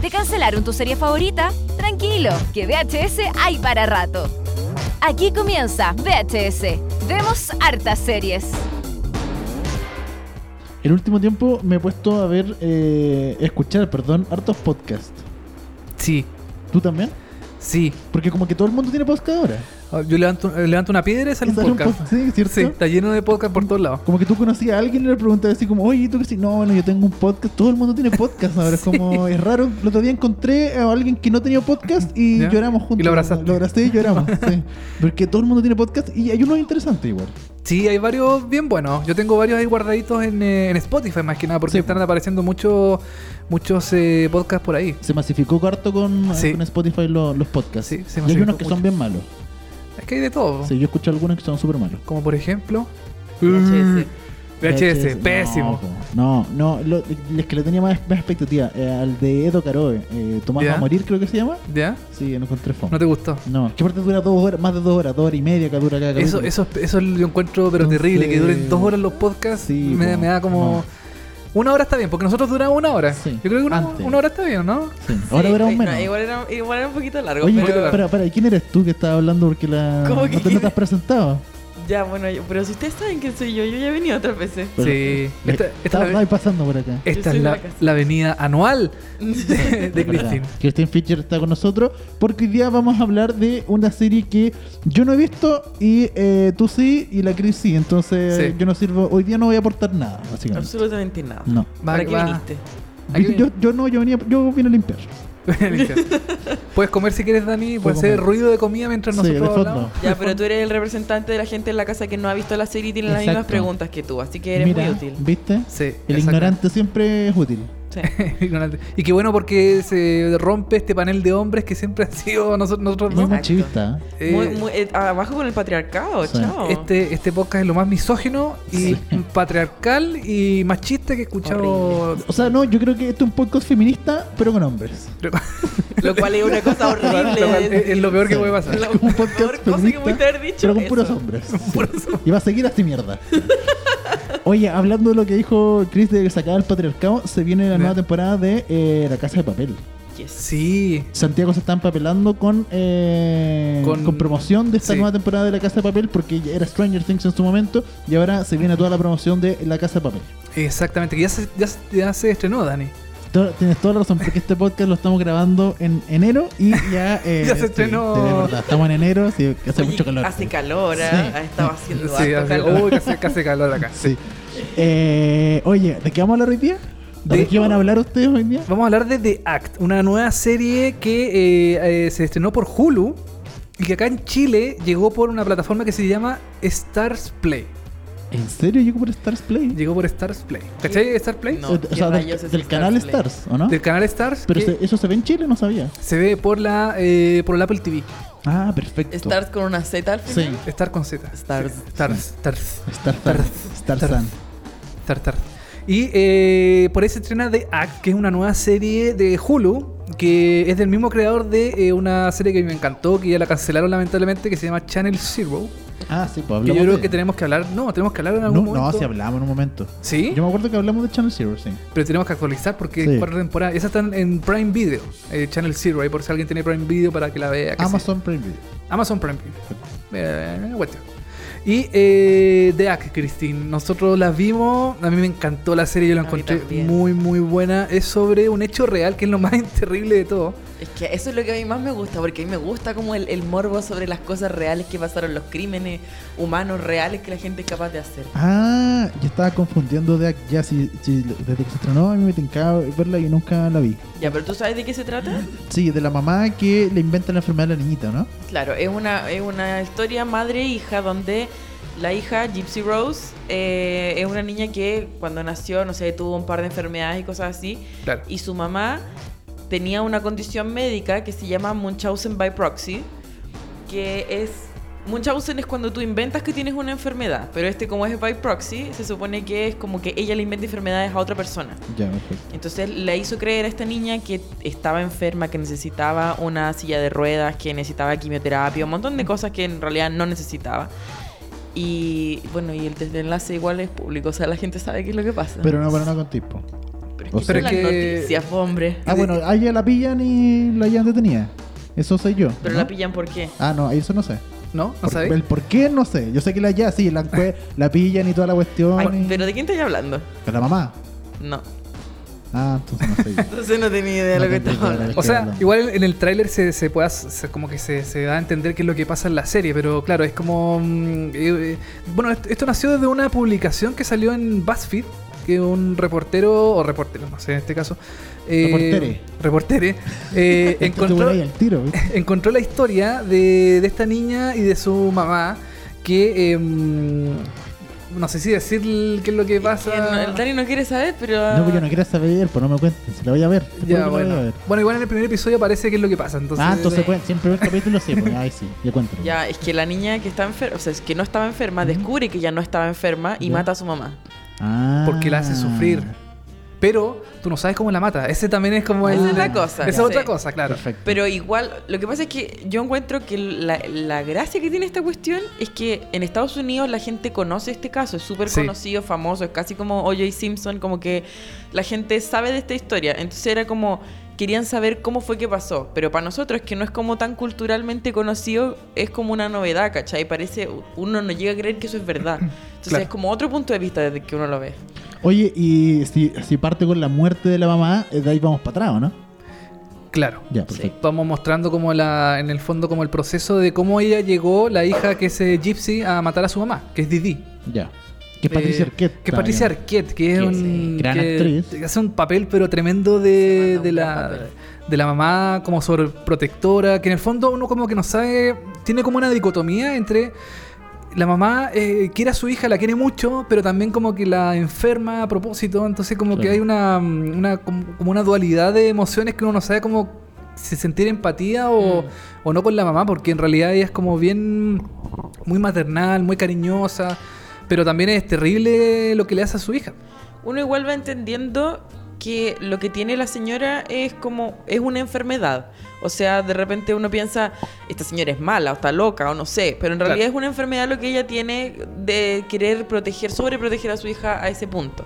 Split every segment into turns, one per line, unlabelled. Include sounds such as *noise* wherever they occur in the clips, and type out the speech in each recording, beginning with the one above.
¿Te cancelaron tu serie favorita? Tranquilo, que VHS hay para rato. Aquí comienza VHS. Vemos hartas series.
El último tiempo me he puesto a ver, eh, escuchar, perdón, hartos podcasts.
Sí,
¿Tú también?
sí.
Porque como que todo el mundo tiene podcast ahora.
Ah, Yo levanto, eh, levanto una piedra y sale un
Sale un
podcast.
podcast, sí, ¿cierto?
Sí, está lleno de podcast por todos lados.
Como que tú conocías a alguien y le preguntabas así como, oye, ¿y ¿tú qué sí? No, bueno, yo tengo un podcast. Todo el mundo tiene podcast
*laughs*
ahora. Es como, es raro. El otro día encontré a alguien que no tenía podcast y
*laughs* Ya.
lloramos juntos.
Y lo abrazaste.
Lo abracé y
*laughs*
lloramos, sí. Porque todo el mundo tiene podcast y hay uno interesante igual.
Sí, hay varios bien buenos. Yo tengo varios ahí guardaditos en, eh, en Spotify más que nada porque
Sí.
están apareciendo muchos muchos eh, podcasts por ahí.
Se masificó harto con,
Sí.
con Spotify lo- los podcasts.
Sí, se
y hay
masificó
unos que son
mucho. Oh.
bien malos.
Es que hay de todo.
Sí, yo escuché algunos que son súper malos.
Como por ejemplo...
VHS.
VHS, pésimo.
No, no, no, lo- es que le tenía más, más expectativa. eh, al de Edo Caroe, eh, Tomás
Ya.
va a morir, creo que se llama.
¿Ya?
Sí, no encontré fondo.
¿No te gustó?
No, que aparte dura dos horas, más de dos horas, dos horas y media que dura cada
Eso,
capítulo.
eso, eso yo encuentro pero
Entonces-
terrible, que duren dos horas los podcasts.
Sí,
me,
po,
me da como...
no.
Una hora está bien, porque nosotros duramos una hora.
Sí,
Yo creo que una,
antes.
una hora está bien, ¿no?
Sí, Ahora
Sí,
dura un
oye, no,
menos.
igual, era, igual era un poquito largo.
Oye,
pero-
espera, espera, ¿y quién eres tú que estabas hablando? Porque la...
¿Cómo
no
que
te, no
quién
te has presentado.
Ya, bueno, yo- pero si ustedes saben quién soy yo, yo ya he venido otras veces.
Pero-
sí.
Le-
Esta, esta
estabas
es la,
ahí pasando por acá.
esta
Yo soy
es
de
la,
la casa.
la avenida anual
*laughs*
de, de
Es verdad.
Christine.
Christine Fischer está con nosotros porque hoy día vamos a hablar de una serie que yo no he visto y eh, tú sí y la Chris sí. Entonces
Sí.
yo no sirvo. Hoy día no voy a aportar nada, básicamente.
Absolutamente nada.
No.
Va-
¿Para qué
va-
viniste?
Aquí
Yo, yo no, yo venía, yo vine a limpiar.
Listo. *laughs* puedes comer si quieres, Dani.
Puedo
Puedes hacer
comer.
ruido de comida mientras
Sí, de
nosotros
fondo.
hablamos.
Ya, pero tú eres el representante de la gente en la casa que no ha visto la serie y tiene las mismas
Exacto.
preguntas que tú, así que eres
Mira,
muy útil.
¿viste?
Sí,
El
exacto. *laughs*
ignorante siempre es útil.
Sí.
Ignorante. Y qué bueno porque se rompe este panel de hombres que siempre han sido *laughs* nosotros. nosotros
Muy
¿no?
Exacto.
machista. ¿eh?
Eh,
Muy- muy- eh, abajo con el patriarcado,
Sí.
chao.
Este, este podcast es lo más misógino y patriarcal y machista que he escuchado.
O sea, no, yo creo que esto es un podcast feminista, pero con hombres.
Lo cual es una cosa
*laughs*
horrible.
Lo cual es es lo peor que puede pasar.
La
Como un podcast
peor cosa que
feminista,
pudiste haber dicho.
pero con
eso.
puros hombres. Sí. Y va a seguir así mierda. Oye, hablando de lo que dijo Chris de que sacaba el patriarcado, se viene la
Ya.
nueva temporada de eh, La Casa de Papel.
Yes.
Sí,
Santiago se está empapelando con, eh, con,
Con-
promoción de esta
sí.
nueva temporada de La Casa de Papel porque ya era Stranger Things en su momento y ahora se viene toda la promoción de La Casa de Papel.
exactamente. Que ya se, ya, se- ya se estrenó, Dani.
To- Tienes toda la razón, porque este podcast lo estamos grabando en enero y ya... eh,
Ya se
sí,
estrenó.
sí, de verdad, estamos en enero, sí, que hace
Oye,
mucho calor.
Hace calor, ¿eh?
Sí.
ha estado haciendo
Sí,
harto
hace,
calor.
uy, que hace- que hace calor acá.
Sí. Eh, oye, ¿de qué vamos a hablar hoy día? ¿De,
De-
qué van a hablar ustedes hoy día?
Vamos a hablar de The Act, una nueva serie que eh, eh, se estrenó por Hulu y que acá en Chile llegó por una plataforma que se llama Stars Play.
¿En serio llegó por Stars Play?
Llegó por Stars Play. ¿Cachai? Stars Play.
Eh, o,
No,
o
¿qué
sea, del,
rayos es
del
Stars
canal
Play?
Stars, ¿o no?
Del canal Stars.
Pero
que
se- eso se ve en Chile, no sabía.
se ve por la eh, por el Apple TV.
Ah, perfecto.
Stars con una Z al
Sí.
final.
Star con Z.
Stars.
Sí, Stars. Stars.
Starsan. Starsan.
Tar, tar. Y eh, por ahí se estrena The Act, que es una nueva serie de Hulu, que es del mismo creador de eh, una serie que me encantó, que ya la cancelaron lamentablemente, que se llama Channel Zero.
Ah, sí, pues
Que yo
hablamos
creo
de-
que tenemos que hablar, no, tenemos que hablar en algún
No, no,
momento.
sí hablamos en un momento.
Sí,
Yo me acuerdo que hablamos de Channel Zero, sí.
pero tenemos que actualizar porque
Sí.
es cuatro temporadas. Esas están en Prime Video, eh, Channel Zero, ahí por si alguien tiene Prime Video para que la vea. que
Amazon Prime Video.
sí. Amazon Prime Video. Eh, cuestión. y eh, The Act, Christine, nosotros la vimos, a mí me encantó la serie, yo la
A mí
encontré
también.
muy, muy buena. Es sobre un hecho real que es lo más *laughs* terrible de todo.
Es que eso es lo que a mí más me gusta, porque a mí me gusta como el, el morbo sobre las cosas reales que pasaron, los crímenes humanos reales que la gente es capaz de hacer.
Ah, yo estaba confundiendo de ya si, si- desde que se estrenó a mí me tincaba verla y nunca la vi.
Ya, pero ¿tú sabes de qué se trata?
Sí, de la mamá que le inventa la enfermedad a la niñita, ¿no?
*laughs* Claro, es una, es una historia madre-hija donde la hija, Gypsy Rose, eh, es una niña que cuando nació, no sé, tuvo un par de enfermedades y cosas así,
Claro.
y su mamá tenía una condición médica que se llama Munchausen by proxy, que es... Munchausen es cuando tú inventas que tienes una enfermedad, pero este como es by proxy, se supone que es como que ella le inventa enfermedades a otra persona.
Ya, perfecto.
Entonces le hizo creer a esta niña que estaba enferma, que necesitaba una silla de ruedas, que necesitaba quimioterapia, un montón de cosas que en realidad no necesitaba. Y bueno, y el desenlace igual es público, o sea, la gente sabe qué es lo que pasa.
Pero no, pero no con tipo.
Pero
O
¿Qué
sea-
son las
Pero que-
noticias, po, hombre?
Ah, bueno, a ella la pillan y la llevan detenida. Eso sé yo.
Pero
¿no?
la pillan por qué.
Ah, no, eso no sé.
¿No? ¿No
Por-
sabéis?
el por qué no sé. Yo sé que la ya, sí,
*laughs*
la, encue- la pillan y toda la cuestión.
Ay,
y-
¿Pero de quién estás hablando?
Con la mamá.
No.
Ah, entonces
*laughs*
no
Eh,
sé yo.
Entonces no tenía idea de
No
lo que
tengo
estaba
idea de lo que-
hablando.
O sea,
Hablan.
igual en el tráiler se, se pueda se- como que se, se da a entender qué es lo que pasa en la serie, pero claro, es como mm, eh, eh, bueno, est- esto, nació desde una publicación que salió en BuzzFeed que un reportero o reportero, no sé, en este caso, eh,
Reportere. *laughs*
reportere, eh,
Te- te
encontró
voy ahí al tiro. ¿viste?
encontró la historia de, de esta niña y de su mamá que em, no sé si decir qué es lo que
Que no-
pasa.
El Dani no quiere saber, pero. ah,
No, pues yo no quiero saber, pues no me cuenten. Si la voy a ver. Te juro
Ah. Ya,
que la voy a
bueno.
ver.
bueno, igual en el primer episodio aparece qué es lo que pasa. Entonces, eh,
ah, entonces cuen- si en primer capítulo sí, pues ahí sí, yo cuento.
Ya, es que la niña que está enferma, o sea, es que no estaba enferma, descubre que ya no estaba enferma y
Ya.
mata a su mamá.
Ah.
porque la hace sufrir. Pero tú no sabes cómo la mata. Ese también es como
Esa
el-
es la cosa,
Esa es
sí.
otra cosa, claro.
Perfecto.
Pero igual, lo que pasa es que yo encuentro que la, la gracia que tiene esta cuestión es que en Estados Unidos la gente conoce este caso, es súper
Sí.
conocido, famoso, es casi como O.J. Simpson, como que la gente sabe de esta historia. Entonces era como, querían saber cómo fue que pasó. Pero para nosotros, que no es como tan culturalmente conocido, es como una novedad, ¿cachai? Parece, uno no llega a creer que eso
*clears throat*
es verdad. Entonces
Claro.
es como otro punto de vista desde que uno lo ve.
Oye, y si, si parte con la muerte de la mamá, eh, de ahí vamos para atrás, ¿o ¿no?
Claro.
Ya, perfecto.
Vamos mostrando como la, en el fondo como el proceso de cómo ella llegó, la hija que es eh, Gypsy, a matar a su mamá, que es Didi.
Ya. Que es Patricia
Eh,
Arquette.
Que es Patricia
también. eh,
Arquette, que es
Sí,
un.
gran
que
actriz.
Hace un papel, pero tremendo de,
manda un
de
gran
la,
papel.
de la mamá, como sobreprotectora, que en el fondo uno como que no sabe. Tiene como una dicotomía entre. La mamá eh, quiere a su hija, la quiere mucho, pero también como que la enferma a propósito. Entonces, como que
Claro.
hay una, una- como como una dualidad de emociones que uno no sabe cómo si sentir empatía o,
Mm.
o no con la mamá, porque en realidad ella es como bien muy maternal, muy cariñosa, pero también es terrible lo que le hace a su hija.
uno igual va entendiendo que lo que tiene la señora es como es una enfermedad. O sea, de repente uno piensa, esta señora es mala o está loca o no sé, pero en
Claro.
realidad es una enfermedad lo que ella tiene de querer proteger, sobreproteger a su hija a ese punto.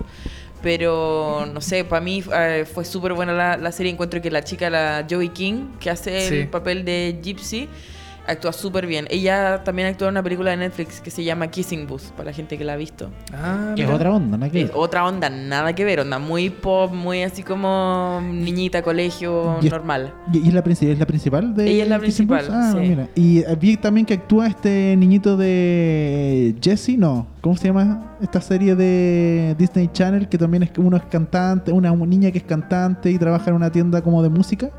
Pero no sé, para mí eh, fue súper buena la, la serie. Encuentro que la chica, la Joey King, que hace
Sí.
el papel de Gypsy, actúa súper bien. Ella también actúa en una película de Netflix que se llama Kissing Booth, para la gente que la ha visto.
Ah,
Que es otra onda, ¿no? Que-
Es otra onda, nada que ver, onda muy pop, muy así como niñita, colegio,
Y-
normal.
¿Y y es la, princi- es la principal de.?
Ella es la
Kissing Booth?
principal,
Ah,
sí.
mira. Y eh, vi también que actúa este niñito de. Jesse, no. ¿Cómo se llama esta serie de Disney Channel? Que también es uno es cantante, una niña que es cantante y trabaja en una tienda como de música.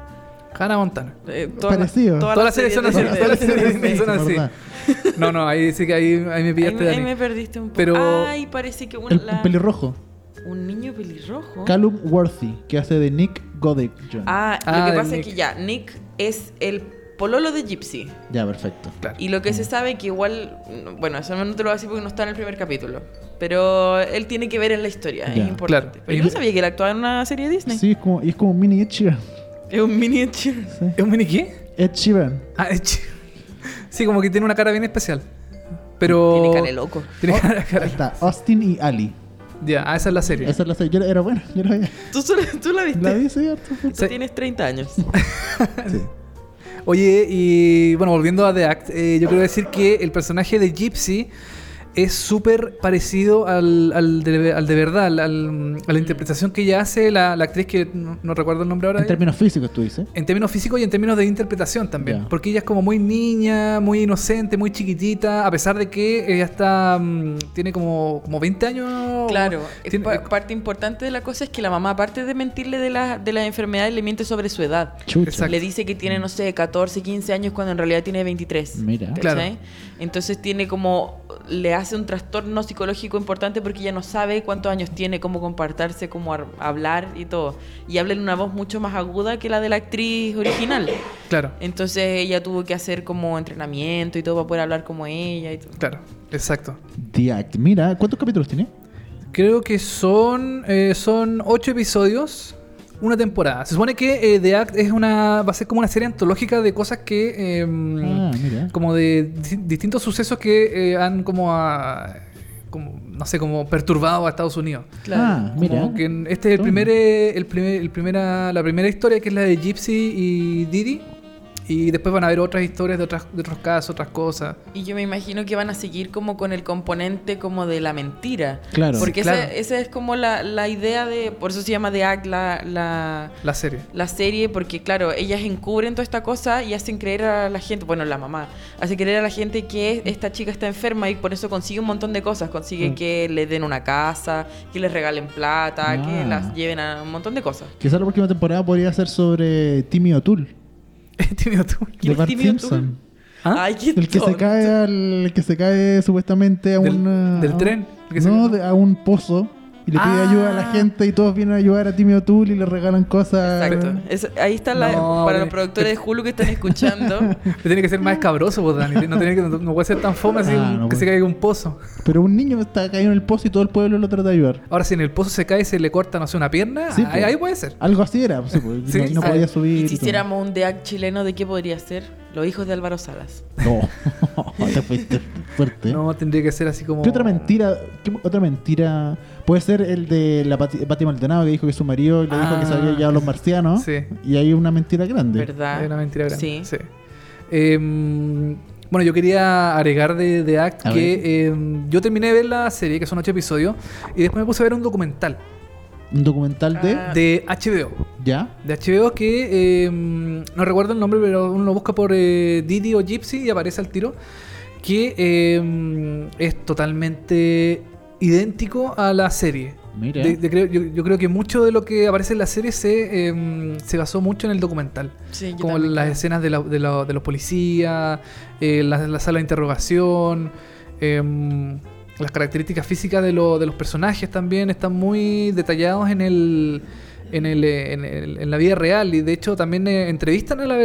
Hannah Montana.
Eh,
Parecido.
todas
Todas
las
las series son así.
de-
Todas las series de Disney
Sí,
son
es
así.
verdad.
No, no, ahí sí que ahí, ahí me
Ahí,
pillaste,
me- *laughs* ahí
Dani.
me perdiste un poco.
Pero-
Ay, parece que un,
El,
la-
el pelirrojo.
un niño pelirrojo.
Callum Worthy, que hace de Nick Godek Jr.
ah,
Ah,
lo que
de
pasa
Nick.
es que ya, Nick es el pololo de Gypsy.
Ya, perfecto.
Claro.
Y lo que se sabe que igual, no- bueno, eso no te lo voy a decir porque no está en el primer capítulo. Pero él tiene que ver en la historia,
Ya.
es importante.
Claro.
Pero yo no sabía que él actuaba en una serie de Disney.
Sí, es como, y es como un mini Ed Sheeran.
Es un miniature.
Sí.
¿Es un mini qué?
Ed Sheeran.
Ah, es ch- sí, como que tiene una cara bien especial. Pero.
Tiene cara de loco. Oh,
Tiene cara- cara-
Oh, Ahí está, Austin y Ali.
Ya, ah, esa es la serie.
Esa es la serie. Yo era- era bueno, yo la
*laughs*
veía.
¿Tú, solo- tú la viste?
La vi, sí, harto.
Tú
Sí.
tienes 30 años.
Oye, y bueno, volviendo a The Act, eh, yo quiero decir que el personaje de Gypsy es súper parecido al, al de, al de verdad, al- al- a la interpretación que ella hace la, la actriz que no, no recuerdo el nombre ahora. ¿eh?
En términos físicos, tú dices.
En términos físicos y en términos de interpretación también.
Ya.
Porque ella es como muy niña, muy inocente, muy chiquitita, a pesar de que ella está, mm, tiene como, como 20 años.
*laughs* Claro, es
Oh. Tiene- eh,
pa- parte importante de la cosa es que la mamá, aparte de mentirle de, la, de las enfermedades, le miente sobre su edad.
Chucha.
Exacto.
Le dice que tiene, no sé, 14, 15 años cuando en realidad tiene 23.
Mira.
¿cachai?
Claro.
Entonces tiene como, le hace un trastorno psicológico importante porque ella no sabe cuántos años tiene, cómo compartarse, cómo ar- hablar y todo. Y habla en una voz mucho más aguda que la de la actriz original.
Claro,
Entonces ella tuvo que hacer como entrenamiento y todo para poder hablar como ella y todo.
claro, exacto.
The Act. Mira, ¿cuántos capítulos tiene?
Creo que son eh, son ocho episodios, una temporada. Se supone que eh, The Act es una va a ser como una serie antológica de cosas que eh,
Ah, mira.
como de di- distintos sucesos que eh, han como a como no sé, como perturbado a Estados Unidos.
Ah, mira.
Como que en- este es el
Toma.
primer, eh, el primer, el primera, la primera historia que es la de Gypsy y Didi. Y después van a haber otras historias de, otras, de otros casos, otras cosas.
Y yo me imagino que van a seguir como con el componente como de la mentira.
Claro.
Porque
Sí, claro.
esa, esa es como la, la idea de, por eso se llama The Act la, la,
La serie. *laughs*
la serie, porque claro, ellas encubren toda esta cosa y hacen creer a la gente, bueno, la mamá, hace creer a la gente que esta chica está enferma y por eso consigue un montón de cosas, consigue
Mm.
que le den una casa, que les regalen plata,
Ah.
que las lleven a un montón de cosas.
Quizás la próxima temporada podría ser sobre Timmy O'Toole,
Timmy O'Toole.
¿Quién
de
es
Bart
Timmy
Simpson.
¿Ah?
Ay, qué
El que se
tonto.
cae al el que se cae supuestamente a
Del-
un
del tren, el que se
no,
cae.
de- a un pozo y le pide
Ah.
ayuda a la gente y todos vienen a ayudar a Timmy O'Toole y le regalan cosas.
Exacto. Es- ahí está la,
No,
para
eh,
los productores de Hulu que
*laughs*
están escuchando.
Pero Tiene que ser más escabroso, pues, Dani. No, tiene que, no, no puede ser tan fome así
Ah,
un-
no
que se
puede.
caiga un pozo.
Pero un niño está caído en el pozo y todo el pueblo lo trata de ayudar.
Ahora, si en el pozo se cae y se le corta, no sé, una pierna,
Sí,
ahí,
pues.
ahí puede ser.
Algo así era, sí, pues,
Sí,
no, no
Ah,
podía subir.
Y
y todo.
si hiciéramos un DEAC chileno, ¿de qué podría ser? Los hijos de Álvaro Salas.
No, *laughs* te fuiste fuerte.
No, tendría que ser así como.
¿Qué otra mentira? qué otra mentira? Puede ser el de la Pati, Pati Maldonado que dijo que su marido le dijo que se
Ah.
había llevado a los marcianos.
Sí.
Y hay una mentira grande.
¿Verdad?
Es una mentira grande.
Ah, Sí.
Sí. Em, bueno, yo quería agregar de, de Act
A
que em, yo terminé de ver la serie, que son ocho episodios, y después me puse a ver un documental
Un documental de.
Ah.
de HBO.
¿Ya?
De HBO que em, no recuerdo el nombre, pero uno lo busca por eh, Didi o Gypsy y aparece al tiro. Que em, es totalmente idéntico a la serie.
Mira.
De- de creo- yo, yo creo que mucho de lo que aparece en la serie se, em, se basó mucho en el documental
Sí, yo
como
también
las
creo.
escenas de, la- de la- de los policías, eh, la, la sala de interrogación, em, las características físicas de, lo- de los personajes también están muy detallados en el... En, el, eh, en, el- en la vida real y de hecho también eh, entrevistan a la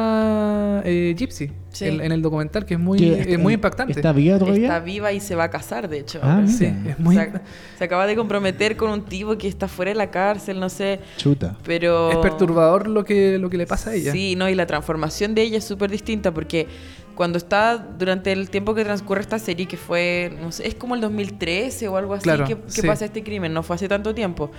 verdadera eh, Gypsy
Sí.
en, en el documental que es muy
Que
es muy impactante
¿Está viva todavía?
Está viva y se va a casar, de hecho.
Ah,
ahora.
mira.
sí es muy
se, ac- se acaba de comprometer con un tipo que está fuera de la cárcel, no sé,
Chuta.
pero...
es perturbador lo que lo que le pasa a ella
Sí, no, y la transformación de ella es súper distinta porque cuando está, durante el tiempo que transcurre esta serie, que fue, no sé, es como el 2013 o algo así,
Claro,
que, que
sí.
pasa este crimen, no fue hace tanto tiempo.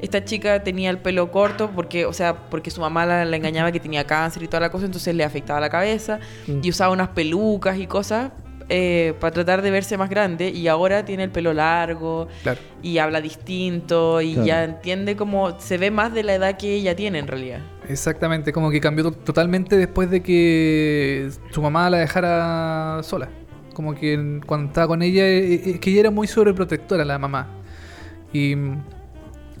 Esta chica tenía el pelo corto porque, o sea, porque su mamá la, la engañaba que tenía cáncer y toda la cosa, entonces le afectaba la cabeza
Mm.
y usaba unas pelucas y cosas eh, para tratar de verse más grande y ahora tiene el pelo largo
claro
y habla distinto y
Claro.
ya entiende como se ve más de la edad que ella tiene en realidad.
Exactamente, como que cambió to- totalmente después de que su mamá la dejara sola. Como que en- cuando estaba con ella, eh, eh, es que ella era muy sobreprotectora, la mamá. Y mm,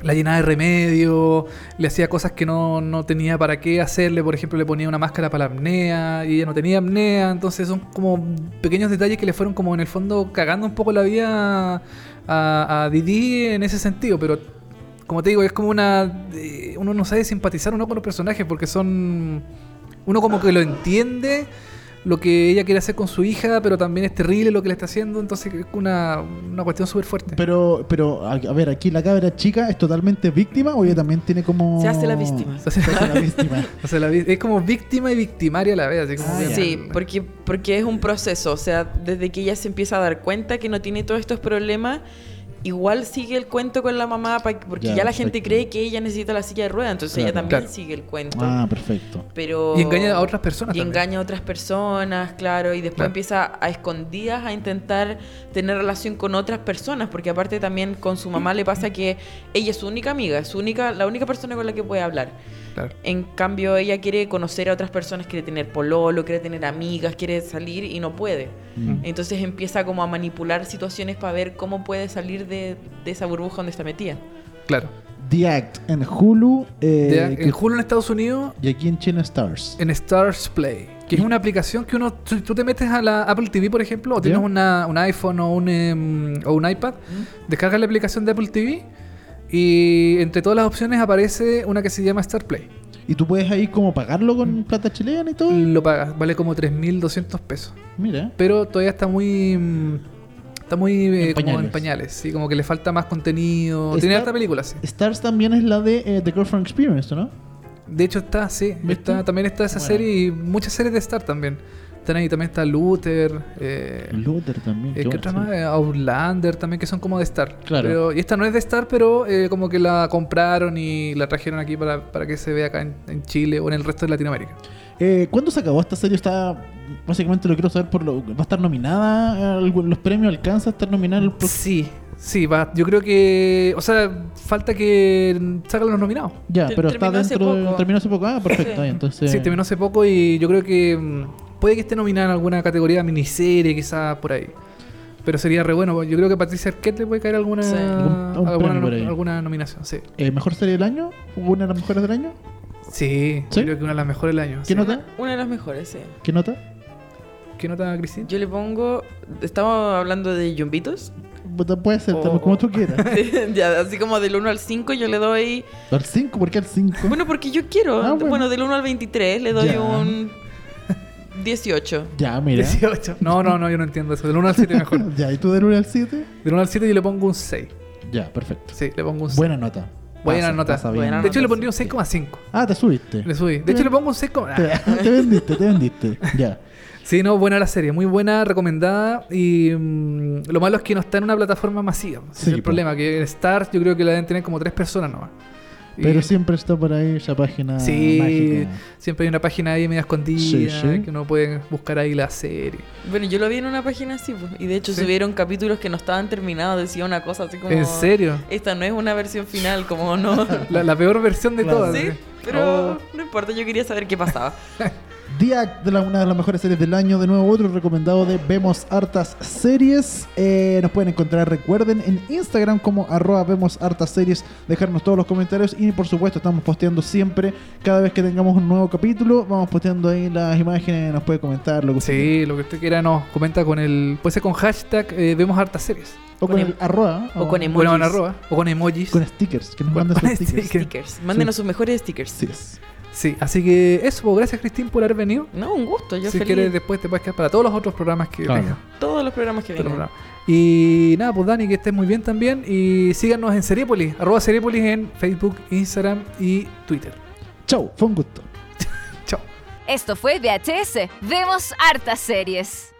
la llenaba de remedio, le hacía cosas que no, no tenía para qué hacerle. Por ejemplo, le ponía una máscara para la apnea y ella no tenía apnea. Entonces son como pequeños detalles que le fueron como en el fondo cagando un poco la vida a, a Didi en ese sentido. Pero como te digo, es como una... eh, Uno no sabe simpatizar uno con los personajes porque son... Uno como que lo entiende, lo que ella quiere hacer con su hija, pero también es terrible lo que le está haciendo. Entonces es una, una cuestión súper fuerte.
Pero, pero, a, a ver, aquí la cabra chica es totalmente víctima o ella también tiene como.
Se hace la víctima.
O sea,
Se hace la
*laughs*
víctima.
O sea, la vi- es como víctima y victimaria a la vez. Así como
Ah,
bien-
Sí, porque, porque es un proceso, o sea, desde que ella se empieza a dar cuenta que no tiene todos estos problemas, igual sigue el cuento con la mamá, pa- porque
Ya,
ya, la gente
perfecto.
cree que ella necesita la silla de ruedas, entonces ella
Claro.
también
Claro.
sigue el cuento.
Ah, perfecto.
Pero...
Y engaña a otras personas
Y
también.
engaña a otras personas, claro, y después
Claro.
empieza a escondidas a intentar tener relación con otras personas, porque aparte también con su mamá le pasa que ella es su única amiga, es su única, la única persona con la que puede hablar.
Claro.
En cambio, ella quiere conocer a otras personas, quiere tener pololo, quiere tener amigas, quiere salir y no puede.
Mm.
Entonces empieza como a manipular situaciones para ver cómo puede salir de, de esa burbuja donde está metida.
claro.
The Act en Hulu. eh,
De- en
que-
Hulu en Estados Unidos,
y aquí en China Stars.
en Stars Play, que es una aplicación que uno. Tú, tú te metes a la Apple TV, por ejemplo, o tienes
Ya.
una- un iPhone o un, em, o un iPad,
Mm.
descargas la aplicación de Apple TV y entre todas las opciones aparece una que se llama Star Play.
Y tú puedes ahí como pagarlo
Mm.
con plata chilena y todo.
Lo pagas, vale como 3.200 pesos.
Mira.
pero todavía está muy mm, está muy eh,
En
como en
pañales.
pañales sí como que le falta más contenido
Está-
tiene harta película sí
Stars también es la de eh, The Girlfriend Experience, ¿no?
de hecho está sí
¿Viste?
está, también está esa
Bueno.
serie y muchas series de Star también están ahí también está Luther. Eh,
Luther también.
eh,
qué
¿Qué
buena
otra
serie.
más? Eh, Outlander también, que son como de Star.
Claro.
Pero, y esta no es de Star, pero eh, como que la compraron y la trajeron aquí para, para que se vea acá en, en Chile o en el resto de Latinoamérica.
Eh, ¿Cuándo se acabó esta serie? Está básicamente lo quiero saber por lo va a estar nominada a algún- los premios alcanza a estar nominada el pro-
Sí, sí, va. Yo creo que. O sea, falta que sacan los nominados.
ya,
Te-
pero está
terminó hace
dentro de-
poco.
terminó hace poco. Ah, perfecto.
Sí.
ahí, entonces
Sí, terminó hace poco y yo creo que mm, puede que esté nominada en alguna categoría miniserie, quizás por ahí. Pero sería re bueno. Yo creo que a Patricia Arquette le puede caer alguna,
Sí.
Algún- un
alguna,
premio por ahí.
alguna nominación. Sí,
Eh, mejor serie del año, una de las mejores del año.
sí,
¿Sí?
yo creo que una de las mejores del año.
¿Qué
sí.
nota?
Una de las mejores, sí.
¿Qué nota?
¿Qué nota, Cristina?
Yo le pongo. Estamos hablando de yumbitos. *laughs*
Puta, Puede ser,
Oh.
como tú
*laughs*
quieras.
Ya, así como del 1 al 5, yo le doy.
Al 5, ¿por qué al 5?
Bueno, porque yo quiero.
Ah, bueno.
bueno. del 1 al 23 le doy
Ya.
un 18.
Ya, mira.
18. No, no, no, yo no entiendo eso. Del 1 al 7
*laughs*
mejor.
ya, ¿y tú del 1 al 7?
Del 1 al 7 yo le pongo un 6.
Ya, perfecto.
Sí, le pongo un 6.
Buena nota.
Buena nota.
bien.
Buena
de hecho,
nota,
le pondría un
sí.
6,5.
Ah, te subiste.
Le subí. De hecho, le pongo un 6,
Te, *laughs* te vendiste, te vendiste. Ya.
Sí, no, buena la serie, muy buena, recomendada. Y mm, lo malo es que no está en una plataforma masiva. Ese
Sí,
es el
po.
problema, que en Star yo creo que la deben tener como tres personas nomás. *laughs* Y
Pero siempre está por ahí esa página
sí,
mágica.
siempre hay una página ahí media escondida
Sí, sí.
que uno puede buscar ahí la serie.
Bueno, yo lo vi en una página así, pues, y de hecho
Sí.
subieron capítulos que no estaban terminados, decía una cosa así como...
¿En serio?
Esta no es una versión final,
*laughs*
como no...
La, la peor versión de
Claro.
todas.
sí,
¿eh?
pero
Oh.
no importa, yo quería saber qué pasaba.
Diac, de la- una de las mejores series del año, de nuevo otro recomendado de Vemos Hartas Series. Eh, nos pueden encontrar, recuerden, en Instagram como arroba Vemos Hartas Series, dejarnos todos los comentarios y por supuesto estamos posteando siempre, cada vez que tengamos un nuevo capítulo, vamos posteando ahí las imágenes, nos puede comentar lo que usted
Sí, lo que usted quiera nos comenta con el... Puede ser con hashtag eh, Vemos hartas series.
O con
Con
el
em-
arroba.
o con em-
Bueno, en
Emojis.
arroba. O con emojis.
con stickers, que nos
Con-
manden
*laughs*
sus
con
stickers.
stickers.
stickers. Mándenos sus mejores stickers.
Así es.
Sí, así que eso, pues, gracias Cristín por haber venido.
No, un gusto, yo
si
feliz.
quieres después te puedes quedar para todos los otros programas que
Claro.
tengas.
Todos los programas que
Pero
vengan.
no. Y nada, pues Dani, que estés muy bien también. Y síganos en Seriepolis, arroba Seriepolis en Facebook, Instagram y Twitter.
Chau, fue un gusto.
Chao.
Esto fue VHS. Vemos hartas series.